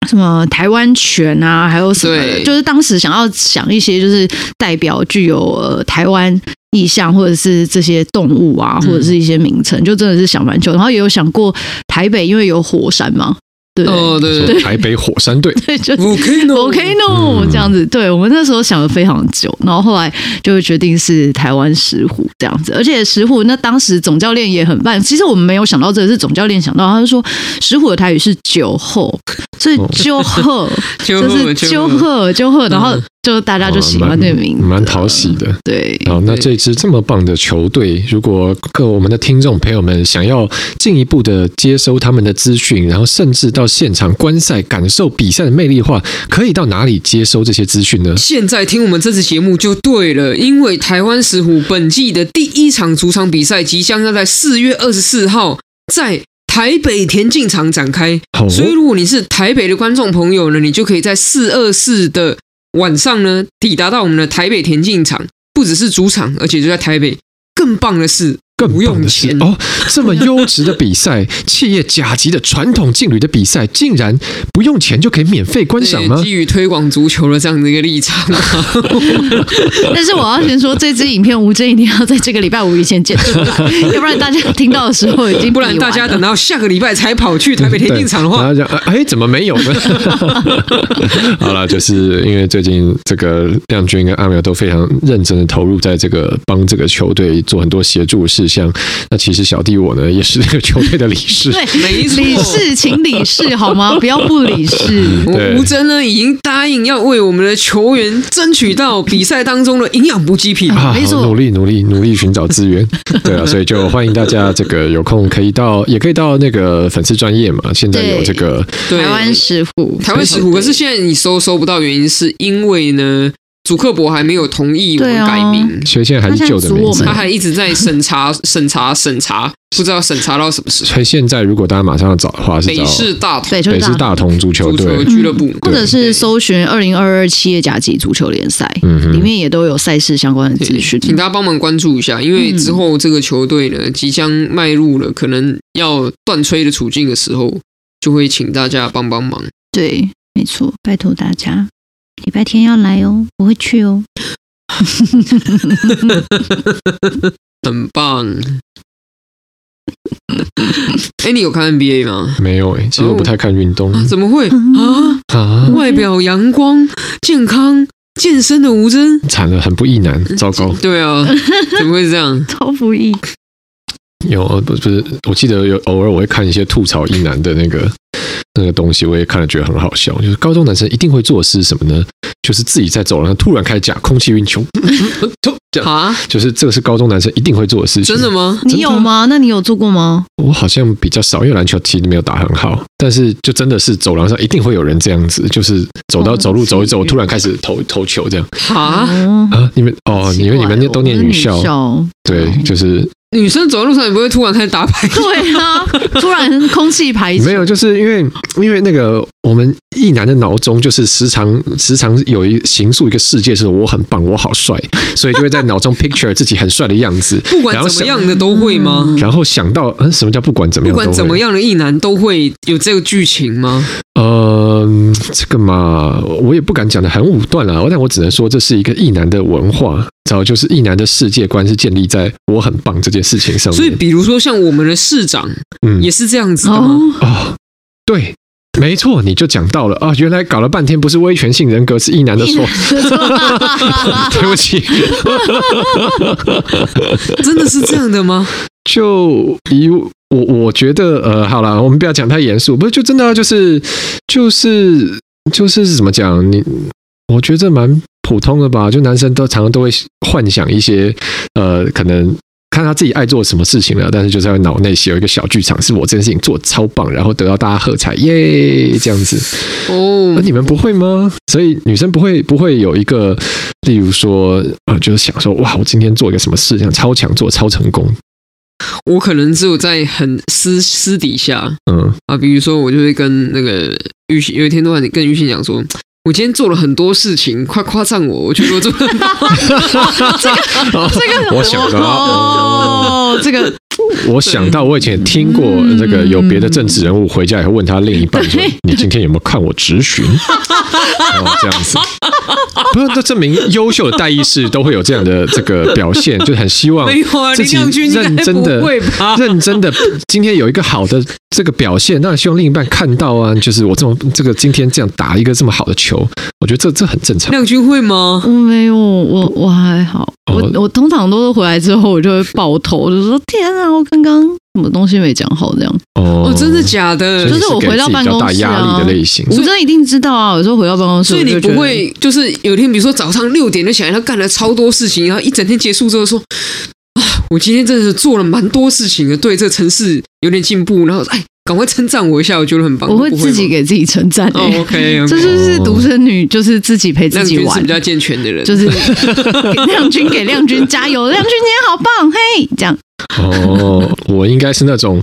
[SPEAKER 2] 什么台湾拳啊，还有什么的
[SPEAKER 3] 对
[SPEAKER 2] 就是当时想要想一些，就是代表具有呃台湾意象，或者是这些动物啊，
[SPEAKER 3] 嗯
[SPEAKER 2] 或者是一些名称，就真的是想蛮久。然后也有想过台北，因为有火山嘛，对不对？
[SPEAKER 3] 哦，对对对
[SPEAKER 1] 说台北火山队，
[SPEAKER 2] 对，就是
[SPEAKER 3] Volcano
[SPEAKER 2] volcano
[SPEAKER 1] 嗯
[SPEAKER 2] 这样子，对我们那时候想了非常久，然后后来就决定是台湾石虎这样子，而且石虎那当时总教练也很棒，其实我们没有想到这个是总教练想到，他就说石虎的台语是酒后，所以
[SPEAKER 1] 哦
[SPEAKER 2] 酒后就
[SPEAKER 3] 就是
[SPEAKER 2] 酒后酒后，然后
[SPEAKER 3] 嗯
[SPEAKER 2] 就大家就喜
[SPEAKER 1] 哇
[SPEAKER 2] 欢
[SPEAKER 1] 哦蛮
[SPEAKER 2] 这个名字，
[SPEAKER 1] 蛮讨喜哦的。
[SPEAKER 2] 对。
[SPEAKER 1] 好，那这支这么棒的球队，如果各我们的听众朋友们想要进一步的接收他们的资讯，然后甚至到现场观赛感受比赛的魅力的话，可以到哪里接收这些资讯呢？
[SPEAKER 3] 现在听我们这次节目就对了，因为台湾石虎本季的第一场主场比赛即将要在四月二十四号在台北田径场展开，
[SPEAKER 1] 好、哦
[SPEAKER 3] 所以如果你是台北的观众朋友呢，你就可以在四二四的晚上呢抵达到我们的台北田径场，不只是主场，而且就在台北。更棒的是，
[SPEAKER 1] 更
[SPEAKER 3] 不
[SPEAKER 1] 棒
[SPEAKER 3] 用
[SPEAKER 1] 的是
[SPEAKER 3] 钱
[SPEAKER 1] 哦，这么优质的比赛，企业甲级的传统劲旅的比赛，竟然不用钱就可以免费观赏
[SPEAKER 3] 对
[SPEAKER 1] 吗？
[SPEAKER 3] 基于推广足球的这样的一个 立场、啊，
[SPEAKER 2] 但是我要先说，这支影片吴真一定要在这个礼拜五以前剪出来，要不然大家听到的时候已经
[SPEAKER 3] 不然
[SPEAKER 2] 比
[SPEAKER 3] 大
[SPEAKER 2] 完
[SPEAKER 3] 家
[SPEAKER 2] 了
[SPEAKER 3] 等到下个礼拜才跑去台北田径场的话，
[SPEAKER 1] 对然后讲，哎，怎么没有呢？ 好了，就是因为最近这个亮君跟阿苗都非常认真的投入在这个帮这个球队做很多协助的事事项。那其实小弟我呢，也是那个球队的理事。
[SPEAKER 3] 没
[SPEAKER 2] 对，
[SPEAKER 3] 错
[SPEAKER 2] 理事，请理事好吗？不要不理事。
[SPEAKER 1] 嗯对
[SPEAKER 3] 吴真呢已经答应要为我们的球员争取到比赛当中的营养补 给品。
[SPEAKER 1] 啊，
[SPEAKER 2] 没错
[SPEAKER 1] 好努力努力努力寻找资源，对啊，所以就欢迎大家这个有空可以到，也可以到那个粉丝专业嘛，现在有这个
[SPEAKER 3] 对，
[SPEAKER 2] 台湾石虎，
[SPEAKER 3] 台湾石虎，可是现在你搜搜不到，原因是因为呢，祖克伯还没有同意我
[SPEAKER 2] 对
[SPEAKER 3] 们
[SPEAKER 2] 啊
[SPEAKER 3] 改名，
[SPEAKER 1] 所以现在很旧的名字
[SPEAKER 3] 他。还一直在审 查、审查、审查，不知道审查到什么时候。
[SPEAKER 1] 所以现在如果大家马上要找的话，是
[SPEAKER 3] 北
[SPEAKER 1] 找
[SPEAKER 3] 市大同
[SPEAKER 2] 对，就
[SPEAKER 1] 北
[SPEAKER 2] 是
[SPEAKER 1] 市大同足球
[SPEAKER 3] 足球
[SPEAKER 1] 队，
[SPEAKER 3] 俱乐部，
[SPEAKER 2] 或者是搜寻二零二二七业甲级足球联赛，
[SPEAKER 1] 嗯
[SPEAKER 2] 里
[SPEAKER 1] 哼，
[SPEAKER 2] 面也都有赛事相关的嗯资讯。
[SPEAKER 3] 请大家帮忙关注一下，因为之后这个球队呢，即将迈入了可能要断吹的处境的时候，就会请大家帮帮忙。
[SPEAKER 2] 对，没错，拜托大家，礼拜天要来哦，我会去哦。
[SPEAKER 3] 很棒。哎，你有看 NBA 吗？
[SPEAKER 1] 没有诶，其实我不太看运动
[SPEAKER 3] 啊，怎么会 啊
[SPEAKER 2] 嗯？
[SPEAKER 1] 啊，
[SPEAKER 3] 外表阳光、健康、健身的吴尊，
[SPEAKER 1] 惨了，很不易难，糟糕。
[SPEAKER 3] 对啊，怎么会这 样？
[SPEAKER 2] 超不易，
[SPEAKER 1] 有呃不不是，我记得有偶尔我会看一些吐槽一男的那个那个东西，我也看了觉得很好笑。就是高中男生一定会做的事是什么呢？就是自己在走廊上突然开始假空气运球， 这样
[SPEAKER 3] 啊，
[SPEAKER 1] 就是这个是高中男生一定会做的事情。
[SPEAKER 3] 真的吗？
[SPEAKER 2] 你有吗？那你有做过吗？
[SPEAKER 1] 我好像比较少，因为篮球其实没有打很好，但是就真的是走廊上一定会有人这样子，就是走到
[SPEAKER 2] 哦
[SPEAKER 1] 走路走一走，
[SPEAKER 2] 是
[SPEAKER 1] 突然开始投投球这样
[SPEAKER 3] 啊，
[SPEAKER 2] 哦，
[SPEAKER 1] 啊！你们哦，
[SPEAKER 2] 奇怪
[SPEAKER 1] 因为你们都念
[SPEAKER 2] 我
[SPEAKER 1] 女
[SPEAKER 2] 是女
[SPEAKER 1] 校，对，就是
[SPEAKER 3] 女生走在路上也不会突然开始打牌，
[SPEAKER 2] 对啊，突然空气排挤，
[SPEAKER 1] 没有，就是因为因为那个我们一男的脑中就是时常时常有一形塑一个世界，是我很棒，我好帅， 所以就会在脑中 picture 自己很帅的样子，
[SPEAKER 3] 不管
[SPEAKER 1] 然后
[SPEAKER 3] 怎
[SPEAKER 1] 想，
[SPEAKER 3] 么样的都会吗？
[SPEAKER 1] 然后想到嗯，什么叫不管怎么
[SPEAKER 3] 不
[SPEAKER 1] 样都会，
[SPEAKER 3] 管怎么样的一男都会有这个剧情吗？
[SPEAKER 1] 呃，这个嘛，我也不敢讲的很武断啦，但我只能说这是一个异男的文化，然后就是异男的世界观是建立在我很棒这件事情上面，
[SPEAKER 3] 所以，比如说像我们的市长
[SPEAKER 1] 嗯
[SPEAKER 3] 也是这样子的吗？
[SPEAKER 2] 哦，
[SPEAKER 1] 哦，对。没错，你就讲到了啊！原来搞了半天不是威权性人格，是异男的错。 对不起，
[SPEAKER 3] 真的是这样的吗？
[SPEAKER 1] 就以我我觉得呃，好啦，我们不要讲太严肃，不是就真的啊就是就是就是怎么讲？你我觉得蛮普通的吧，就男生都常常都会幻想一些呃，可能。看他自己爱做什么事情了，但是就在脑内写有一个小剧场，是我这件事情做得超棒，然后得到大家喝彩，耶，这样子。那
[SPEAKER 3] 哦，
[SPEAKER 1] 你们不会吗？所以女生不会不会有一个，例如说，呃，就是想说，哇，我今天做一个什么事情超强，做超成功，
[SPEAKER 3] 我可能只有在很私私底下
[SPEAKER 1] 嗯，
[SPEAKER 3] 啊，比如说我就会跟那个玉信，有一天突然跟玉信讲说。我今天做了很多事情，快夸赞我！我觉得我做得很棒。
[SPEAKER 2] 这个
[SPEAKER 1] 我啊想到啊
[SPEAKER 2] 哦，这个
[SPEAKER 1] 我想到我以前也听过这个有别的政治人物回家以后问他另一半说
[SPEAKER 2] 对：“
[SPEAKER 1] 你今天有没有看我直询？” 哦，这样子，不是这证明优秀的代议士都会有这样的这个表现，就很希望
[SPEAKER 3] 没有啊，
[SPEAKER 1] 自
[SPEAKER 3] 林
[SPEAKER 1] 己
[SPEAKER 3] 亮君应
[SPEAKER 1] 认
[SPEAKER 3] 该
[SPEAKER 1] 真
[SPEAKER 3] 不
[SPEAKER 1] 的
[SPEAKER 3] 会吧？
[SPEAKER 1] 认真的，今天有一个好的这个表现，当然希望另一半看到啊，就是我这么这个今天这样打一个这么好的球，我觉得这这很正 常。
[SPEAKER 3] 亮君会吗？
[SPEAKER 2] 我没有，我我还好，
[SPEAKER 1] 哦
[SPEAKER 2] 我我通常都是回来之后我就会爆头，我就说天啊，我刚刚什么东西没讲好这样。
[SPEAKER 1] 哦
[SPEAKER 3] 哦，真的假的
[SPEAKER 1] 所以？
[SPEAKER 2] 就是
[SPEAKER 1] 你
[SPEAKER 2] 我
[SPEAKER 1] 给
[SPEAKER 2] 回
[SPEAKER 1] 自
[SPEAKER 2] 到
[SPEAKER 1] 己
[SPEAKER 2] 办
[SPEAKER 1] 比较
[SPEAKER 2] 公
[SPEAKER 1] 大
[SPEAKER 2] 室
[SPEAKER 1] 压力
[SPEAKER 2] 啊
[SPEAKER 1] 的类型。
[SPEAKER 2] 吴真一定知道啊！有时候回到办公室，
[SPEAKER 3] 所以你
[SPEAKER 2] 我就
[SPEAKER 3] 不
[SPEAKER 2] 觉得
[SPEAKER 3] 会就是有一天，比如说早上六点就起来，他干了超多事情，然后一整天结束之后说：“啊，我今天真的是做了蛮多事情的，对这个城市有点进步。”然后哎，赶快称赞我一下，我觉得很棒。
[SPEAKER 2] 我会
[SPEAKER 3] 不
[SPEAKER 2] 自己
[SPEAKER 3] 吗
[SPEAKER 2] 给自己称赞、
[SPEAKER 3] 哦
[SPEAKER 2] 欸。
[SPEAKER 3] ，OK，
[SPEAKER 2] 这 就是独生女，就是自己陪自
[SPEAKER 3] 亮
[SPEAKER 2] 己
[SPEAKER 3] 君是
[SPEAKER 2] 玩
[SPEAKER 3] 比，较健全的人，
[SPEAKER 2] 就是给 亮君给亮君加油，亮君今天好棒，嘿，这样
[SPEAKER 1] 哦，我应该是那种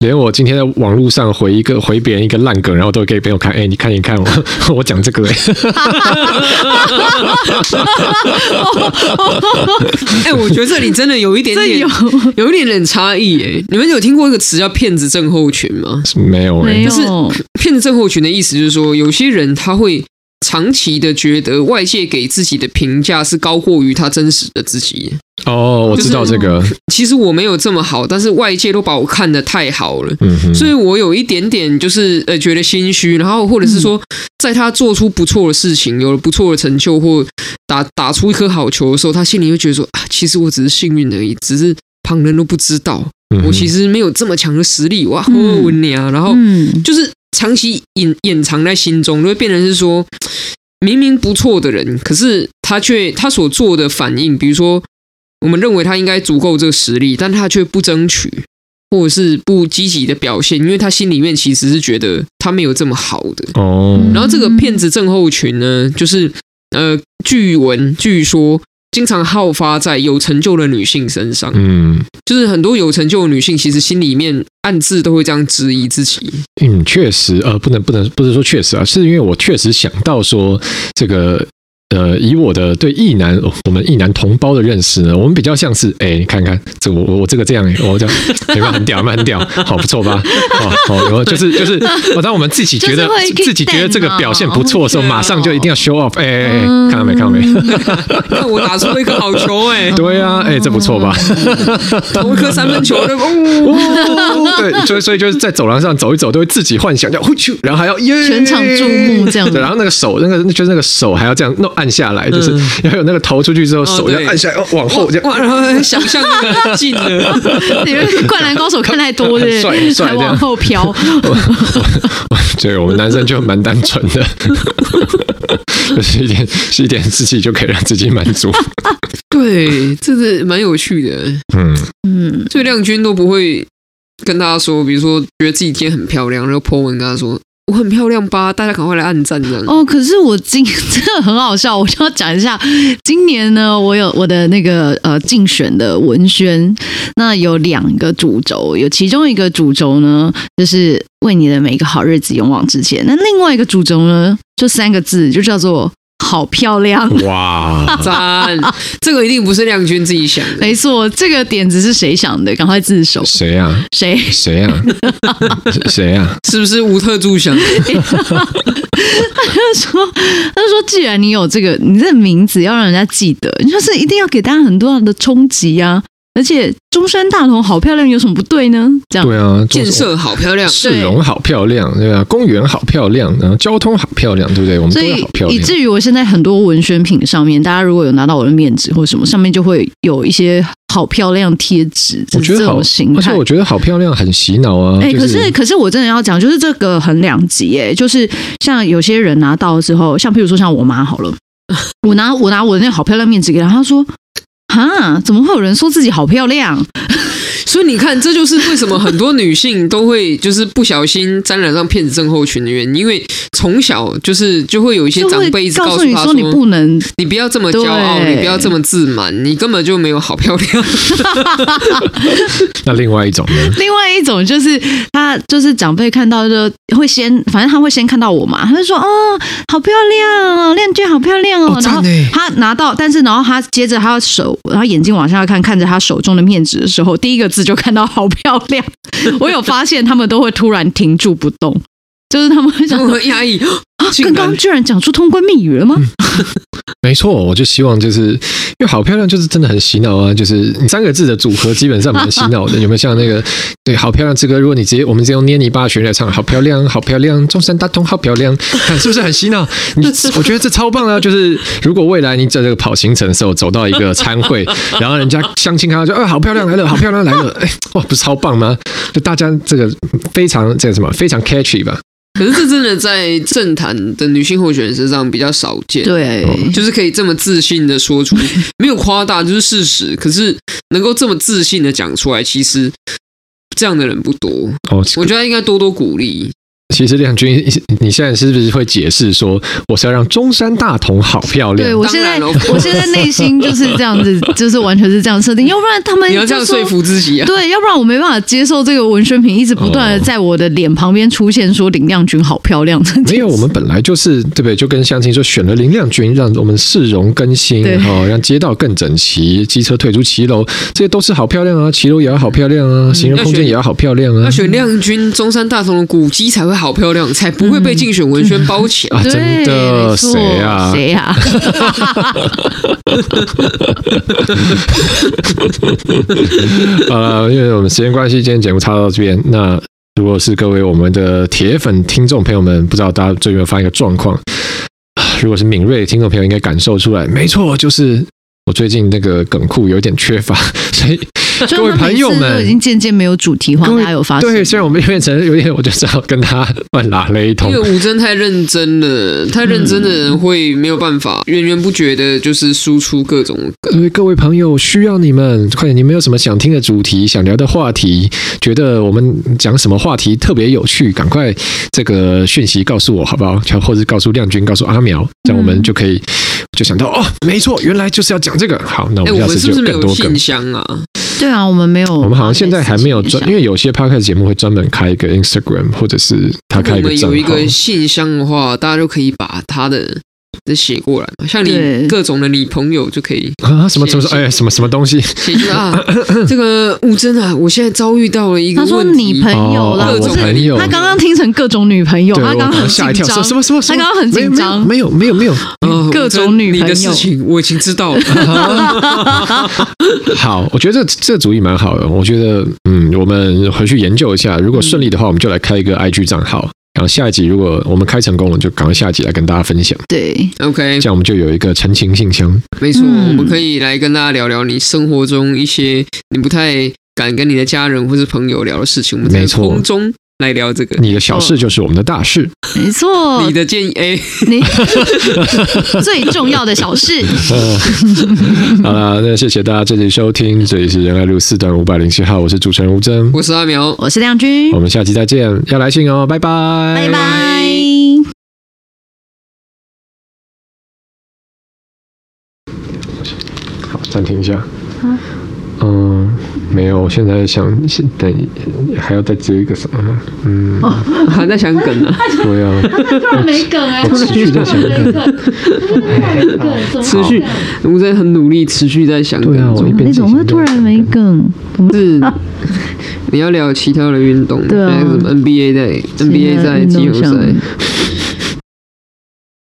[SPEAKER 1] 连我今天在网络上回一个回别人一个烂梗，然后都会给朋友看，哎、你看你看我 我讲这个、欸，
[SPEAKER 3] 哎，我觉得这里真的有一点
[SPEAKER 2] 哦这
[SPEAKER 3] 点
[SPEAKER 2] 有
[SPEAKER 3] 有一点点差异哎。你们有听过一个词叫“骗子症候群”吗？
[SPEAKER 1] 没有哎、
[SPEAKER 2] 没
[SPEAKER 1] 欸，
[SPEAKER 2] 有？
[SPEAKER 3] 骗子症候群的意思就是说，有些人他会长期的觉得外界给自己的评价是高过于他真实的自己。
[SPEAKER 1] 哦，我知道这个，
[SPEAKER 3] 其实我没有这么好，但是外界都把我看得太好了。
[SPEAKER 1] 嗯哼，
[SPEAKER 3] 所以我有一点点就是呃觉得心虚，然后或者是说，在他做出不错的事情，有了不错的成就或打打出一颗好球的时候，他心里会觉得说啊，其实我只是幸运而已，只是旁人都不知道，
[SPEAKER 1] 嗯哼
[SPEAKER 3] 我其实没有这么强的实力，哇，
[SPEAKER 2] 嗯
[SPEAKER 3] 我你啊，然后
[SPEAKER 2] 嗯
[SPEAKER 3] 就是长期隐隐藏在心中，就会变成是说，明明不错的人，可是他却他所做的反应，比如说我们认为他应该足够这个实力，但他却不争取，或者是不积极的表现，因为他心里面其实是觉得他没有这么好的。
[SPEAKER 1] 哦，
[SPEAKER 3] 然后这个骗子症候群呢，就是呃，据闻据说。经常好发在有成就的女性身上，
[SPEAKER 1] 嗯
[SPEAKER 3] 就是很多有成就的女性，其实心里面暗自都会这样质疑自己。
[SPEAKER 1] 嗯，确实，呃，不能不能不是说确实啊，是因为我确实想到说这个。呃，以我的对异男，哦我们异男同胞的认识呢，我们比较像是，哎、你看看这我我我这个这样、哎，我这样，你们很屌，你们很屌，好不错吧？哦，哦，然后就是 就是，哦，当我们自己觉得
[SPEAKER 2] 就是会 kick
[SPEAKER 1] 自己觉得这个表现不错的时候，
[SPEAKER 3] down 嘛
[SPEAKER 1] 马上就一定要 show off，哎哎哎，
[SPEAKER 2] 嗯
[SPEAKER 1] 看到没？看到没？
[SPEAKER 3] 那我打出了一颗好球哎、
[SPEAKER 1] 对啊，哎、这不错吧？
[SPEAKER 3] 投一颗三分球就哦，
[SPEAKER 1] 哦，对，所以所以就是在走廊上走一走，都会自己幻想，要呼咻，然后还要耶，
[SPEAKER 2] 全场注目这样
[SPEAKER 1] 对，然后那个手，那个就是那个手还要这样弄按下来，就是要有那个投出去之后，手要
[SPEAKER 3] 对
[SPEAKER 1] 按下来，哦往 后这样。
[SPEAKER 3] 哇，然后想象那个进了，
[SPEAKER 2] 你们灌篮高手看太多
[SPEAKER 1] 很帅很
[SPEAKER 2] 了，
[SPEAKER 1] 帅
[SPEAKER 2] 还
[SPEAKER 1] 这样
[SPEAKER 2] 往后飘。
[SPEAKER 1] 对我们男生就蛮单纯的，就是一点是一点自己就可以让自己满足。
[SPEAKER 3] 对，这是蛮有趣的。
[SPEAKER 1] 嗯，
[SPEAKER 2] 嗯，
[SPEAKER 3] 所以亮君都不会跟大家说，比如说觉得自己今天很漂亮，然后 po 文跟他说我很漂亮吧，大家赶快来按赞这样。
[SPEAKER 2] 哦，可是我今 真的很好笑，我就要讲一下，今年呢，我有我的那个呃竞选的文宣，那有两个主轴，有其中一个主轴呢，就是为你的每个好日子勇往直前，那另外一个主轴呢，就三个字，就叫做好漂亮。
[SPEAKER 1] 哇，
[SPEAKER 3] 赞，这个一定不是亮君自己想的，
[SPEAKER 2] 没错，这个点子是谁想的？赶快自首，
[SPEAKER 1] 谁呀、啊？
[SPEAKER 2] 谁？
[SPEAKER 1] 谁呀、啊？谁呀、啊？
[SPEAKER 3] 是不是无特助想的？
[SPEAKER 2] 他说：“他说，既然你有这个，你这个名字要让人家记得，你就是一定要给大家很多的冲击啊！而且中山大同好漂亮，有什么不对呢？这样
[SPEAKER 1] 对啊，
[SPEAKER 3] 建设好漂亮，
[SPEAKER 1] 市容好漂亮，对吧、公园好漂亮，然后交通好漂亮，对不对？我们
[SPEAKER 2] 所
[SPEAKER 1] 都
[SPEAKER 2] 以
[SPEAKER 1] 好漂
[SPEAKER 2] 以
[SPEAKER 1] 亮。
[SPEAKER 2] 至于我现在很多文宣品上面，大家如果有拿到我的面纸或什么，上面就会有一些“好漂亮”贴纸，
[SPEAKER 1] 我觉
[SPEAKER 2] 这
[SPEAKER 1] 得好，
[SPEAKER 2] 种形
[SPEAKER 1] 而且
[SPEAKER 2] 态
[SPEAKER 1] 我。觉得好漂亮，很洗脑
[SPEAKER 3] 哦
[SPEAKER 1] 啊。
[SPEAKER 2] 哎、
[SPEAKER 1] 就
[SPEAKER 2] 可是可是我真的要讲，就是这个很两极耶，就是像有些人拿到之后，像譬如说像我妈好了， 我拿我拿我的那个好漂亮面纸给她，她说。啊！怎么会有人说自己好漂亮？
[SPEAKER 3] 所以你看，这就是为什么很多女性都会就是不小心沾染上骗子症候群的原因，因为从小就是就会有一些
[SPEAKER 2] 就
[SPEAKER 3] 长
[SPEAKER 2] 会
[SPEAKER 3] 辈一直告
[SPEAKER 2] 告
[SPEAKER 3] 诉
[SPEAKER 2] 诉你
[SPEAKER 3] 她
[SPEAKER 2] 说你不能，
[SPEAKER 3] 你不要这么骄傲，
[SPEAKER 2] 对
[SPEAKER 3] 你不要这么自满，你根本就没有好漂亮。
[SPEAKER 1] 那另外一种呢？
[SPEAKER 2] 另外一种就是他就是长辈看到就会先，反正他会先看到我嘛，他就说哦，好漂亮哦，亮娟好漂亮哦。
[SPEAKER 1] 哦
[SPEAKER 2] 然后
[SPEAKER 1] 赞欸
[SPEAKER 2] 他拿到，但是然后他接着他手，然后眼睛往下看，看着他手中的面纸的时候，第一个字就看到好漂亮。 我有发现他们都会突然停住不动，就是他们 会想
[SPEAKER 3] 我
[SPEAKER 2] 说
[SPEAKER 3] 很压 抑，
[SPEAKER 2] 啊，
[SPEAKER 3] 竟
[SPEAKER 2] 刚
[SPEAKER 3] 然
[SPEAKER 2] 刚居然讲出通关密语了吗？
[SPEAKER 3] 嗯
[SPEAKER 1] 没错，我就希望就是因为好漂亮，就是真的很洗脑啊！就是你三个字的组合基本上蛮洗脑的。 有没有像那个对好漂亮这个？如果你直接我们直接用捏泥巴的旋律来唱，好漂亮，好漂亮，中山大同好漂亮，看是不是很洗脑？ 你我觉得这超棒啊！就是如果未来你在这个跑行程的时候走到一个餐 会，然后人家相亲看到就啊、好漂亮来了，好漂亮来了，哎哇不是超棒吗？就大家这个非常这个什么非常 catchy 吧？
[SPEAKER 3] 可是这真的在政坛的女性候选人身上比较少见。。
[SPEAKER 2] 对，
[SPEAKER 3] 就是可以这么自信的说出，没有夸大，就是事实。可是能够这么自信的讲出来，其实这样的人不多。
[SPEAKER 1] 哦，
[SPEAKER 3] 我觉得应该多多鼓励。
[SPEAKER 1] 其实亮君，你现在是不是会解释说，我是要让中山大同好漂
[SPEAKER 2] 对
[SPEAKER 1] 亮？
[SPEAKER 2] 我现在
[SPEAKER 3] 当然了
[SPEAKER 2] 我现在内心就是这样子，就是完全是这样设定， 要不然他们
[SPEAKER 3] 你要这
[SPEAKER 2] 就
[SPEAKER 3] 样
[SPEAKER 2] 说
[SPEAKER 3] 说服 自己啊！
[SPEAKER 2] 对，要不然我没办法接受这个文宣品一直不断的
[SPEAKER 1] 哦
[SPEAKER 2] 在我的脸旁边出现，说林亮君好漂亮。
[SPEAKER 1] 没有，我们本来就是对不对？就跟相亲说，选了林亮君，让我们市容更新
[SPEAKER 2] 对，
[SPEAKER 1] 哦，让街道更整齐，机车退出骑楼，这些都是好漂亮啊！骑楼也要好漂亮
[SPEAKER 2] 嗯
[SPEAKER 1] 啊，行人空间也要好漂亮啊
[SPEAKER 3] 要！选亮君、中山大同的古迹才会好漂亮，才不会被竞选文宣包起来。
[SPEAKER 1] 啊，
[SPEAKER 2] 对，
[SPEAKER 1] 真的，
[SPEAKER 2] 没错
[SPEAKER 1] 谁啊？
[SPEAKER 2] 谁呀、
[SPEAKER 1] 好了，因为我们时间关系，今天节目差到这边。那如果是各位我们的铁粉听众朋友们，不知道大家最近有没有发现一个状况？啊如果是敏锐的听众朋友，应该感受出来，没错，就是我最近那个梗库有点缺乏，所以
[SPEAKER 2] 所以
[SPEAKER 1] 各
[SPEAKER 2] 我
[SPEAKER 1] 位
[SPEAKER 2] 们每
[SPEAKER 1] 朋友
[SPEAKER 2] 次都已
[SPEAKER 1] 们
[SPEAKER 2] 经渐渐没有主题化，
[SPEAKER 1] 各位
[SPEAKER 2] 大家有发现？
[SPEAKER 1] 对，虽然我们变成有点，我就只好跟他乱拉了一通
[SPEAKER 3] 因为。吴真太认真了，太认真的人会没有办法源源不绝的，就是输出各种梗。
[SPEAKER 1] 所以呃各位朋友，需要你们快点！你们有什么想听的主题、想聊的话题，觉得我们讲什么话题特别有趣，赶快这个讯息告诉我好不好？就或者告诉亮君、告诉阿苗，这样我们就可以就想到、哦，没错，原来就是要讲这个。好，那我
[SPEAKER 3] 哎、
[SPEAKER 1] 们下
[SPEAKER 3] 我
[SPEAKER 1] 次
[SPEAKER 3] 们
[SPEAKER 1] 就有
[SPEAKER 3] 是不是没
[SPEAKER 1] 更多
[SPEAKER 3] 有
[SPEAKER 1] 梗
[SPEAKER 3] 信。箱啊？
[SPEAKER 2] 对啊，我们没有，
[SPEAKER 1] 我们好像现在还没有专，因
[SPEAKER 2] 为
[SPEAKER 1] 为有些 podcast 节目会专门开一个 Instagram，或者是他开一
[SPEAKER 3] 我
[SPEAKER 1] 个
[SPEAKER 3] 们
[SPEAKER 1] 账
[SPEAKER 3] 有一
[SPEAKER 1] 号。
[SPEAKER 3] 个信箱的话，大家就可以把他的的写过来嘛，像你
[SPEAKER 2] 对
[SPEAKER 3] 各种的你朋友就可以
[SPEAKER 1] 啊，什么什么什么哎，什么什么东西？
[SPEAKER 3] 写出来啊。这个吴真啊，我现在遭遇到了一个
[SPEAKER 2] 他说
[SPEAKER 3] 问题，
[SPEAKER 2] 你朋友啦，
[SPEAKER 1] 哦
[SPEAKER 3] 各
[SPEAKER 2] 不
[SPEAKER 3] 种
[SPEAKER 1] 我
[SPEAKER 2] 是
[SPEAKER 1] 朋友，
[SPEAKER 2] 他刚刚听成各种女朋友，
[SPEAKER 1] 对
[SPEAKER 2] 他
[SPEAKER 1] 我
[SPEAKER 2] 刚刚很
[SPEAKER 1] 吓
[SPEAKER 2] 紧
[SPEAKER 1] 一跳，
[SPEAKER 2] 张
[SPEAKER 1] 说，什么什 么什么？
[SPEAKER 2] 他刚刚很紧张
[SPEAKER 1] 没有没有没有。
[SPEAKER 3] 呃
[SPEAKER 2] 各种女
[SPEAKER 3] 你
[SPEAKER 2] 朋
[SPEAKER 3] 的
[SPEAKER 2] 友
[SPEAKER 3] 事情我已经知道了。
[SPEAKER 1] 好，我觉得这这主意蛮好的。我觉得，嗯，我们回去研究一下，如果顺利的话，我们就来开一个 IG 账号。然后下一集如果我们开成功了，就赶快下一集来跟大家分享，
[SPEAKER 2] 对，
[SPEAKER 3] OK，
[SPEAKER 1] 这样我们就有一个澄清信箱。
[SPEAKER 3] 没错，
[SPEAKER 2] 嗯
[SPEAKER 3] 我们可以来跟大家聊聊你生活中一些你不太敢跟你的家人或是朋友聊的事情。我们在
[SPEAKER 1] 没错
[SPEAKER 3] 空中来聊这个。
[SPEAKER 1] 你的小事就是我们的大事，
[SPEAKER 2] 没
[SPEAKER 1] 哦
[SPEAKER 2] 错，
[SPEAKER 3] 你的建议，哎、
[SPEAKER 2] 你 最重要的小事，
[SPEAKER 1] 好啦，那谢谢大家这集收听，这里是仁爱路四段五百零七号，我是主持人吴峥，
[SPEAKER 3] 我是阿苗，
[SPEAKER 2] 我是亮君
[SPEAKER 1] 我，们下期再见，要来信哦，拜拜，
[SPEAKER 2] 嗯拜拜。
[SPEAKER 1] 好，暂停一下。嗯，没有，我现在想先等一，还要再接一个什么吗？嗯，
[SPEAKER 3] 还在想 梗呢、
[SPEAKER 1] 对啊，
[SPEAKER 2] 突然没梗哎
[SPEAKER 1] 我持续在 想梗
[SPEAKER 3] 持续，我们在很努力，持续在想梗
[SPEAKER 1] 对啊我一
[SPEAKER 3] 中。
[SPEAKER 1] 边
[SPEAKER 2] 你哎怎么会突然没梗？
[SPEAKER 3] 是 你要聊其他的运动，
[SPEAKER 2] 对啊
[SPEAKER 3] 现在什么 NBA 在 NBA 在季后赛，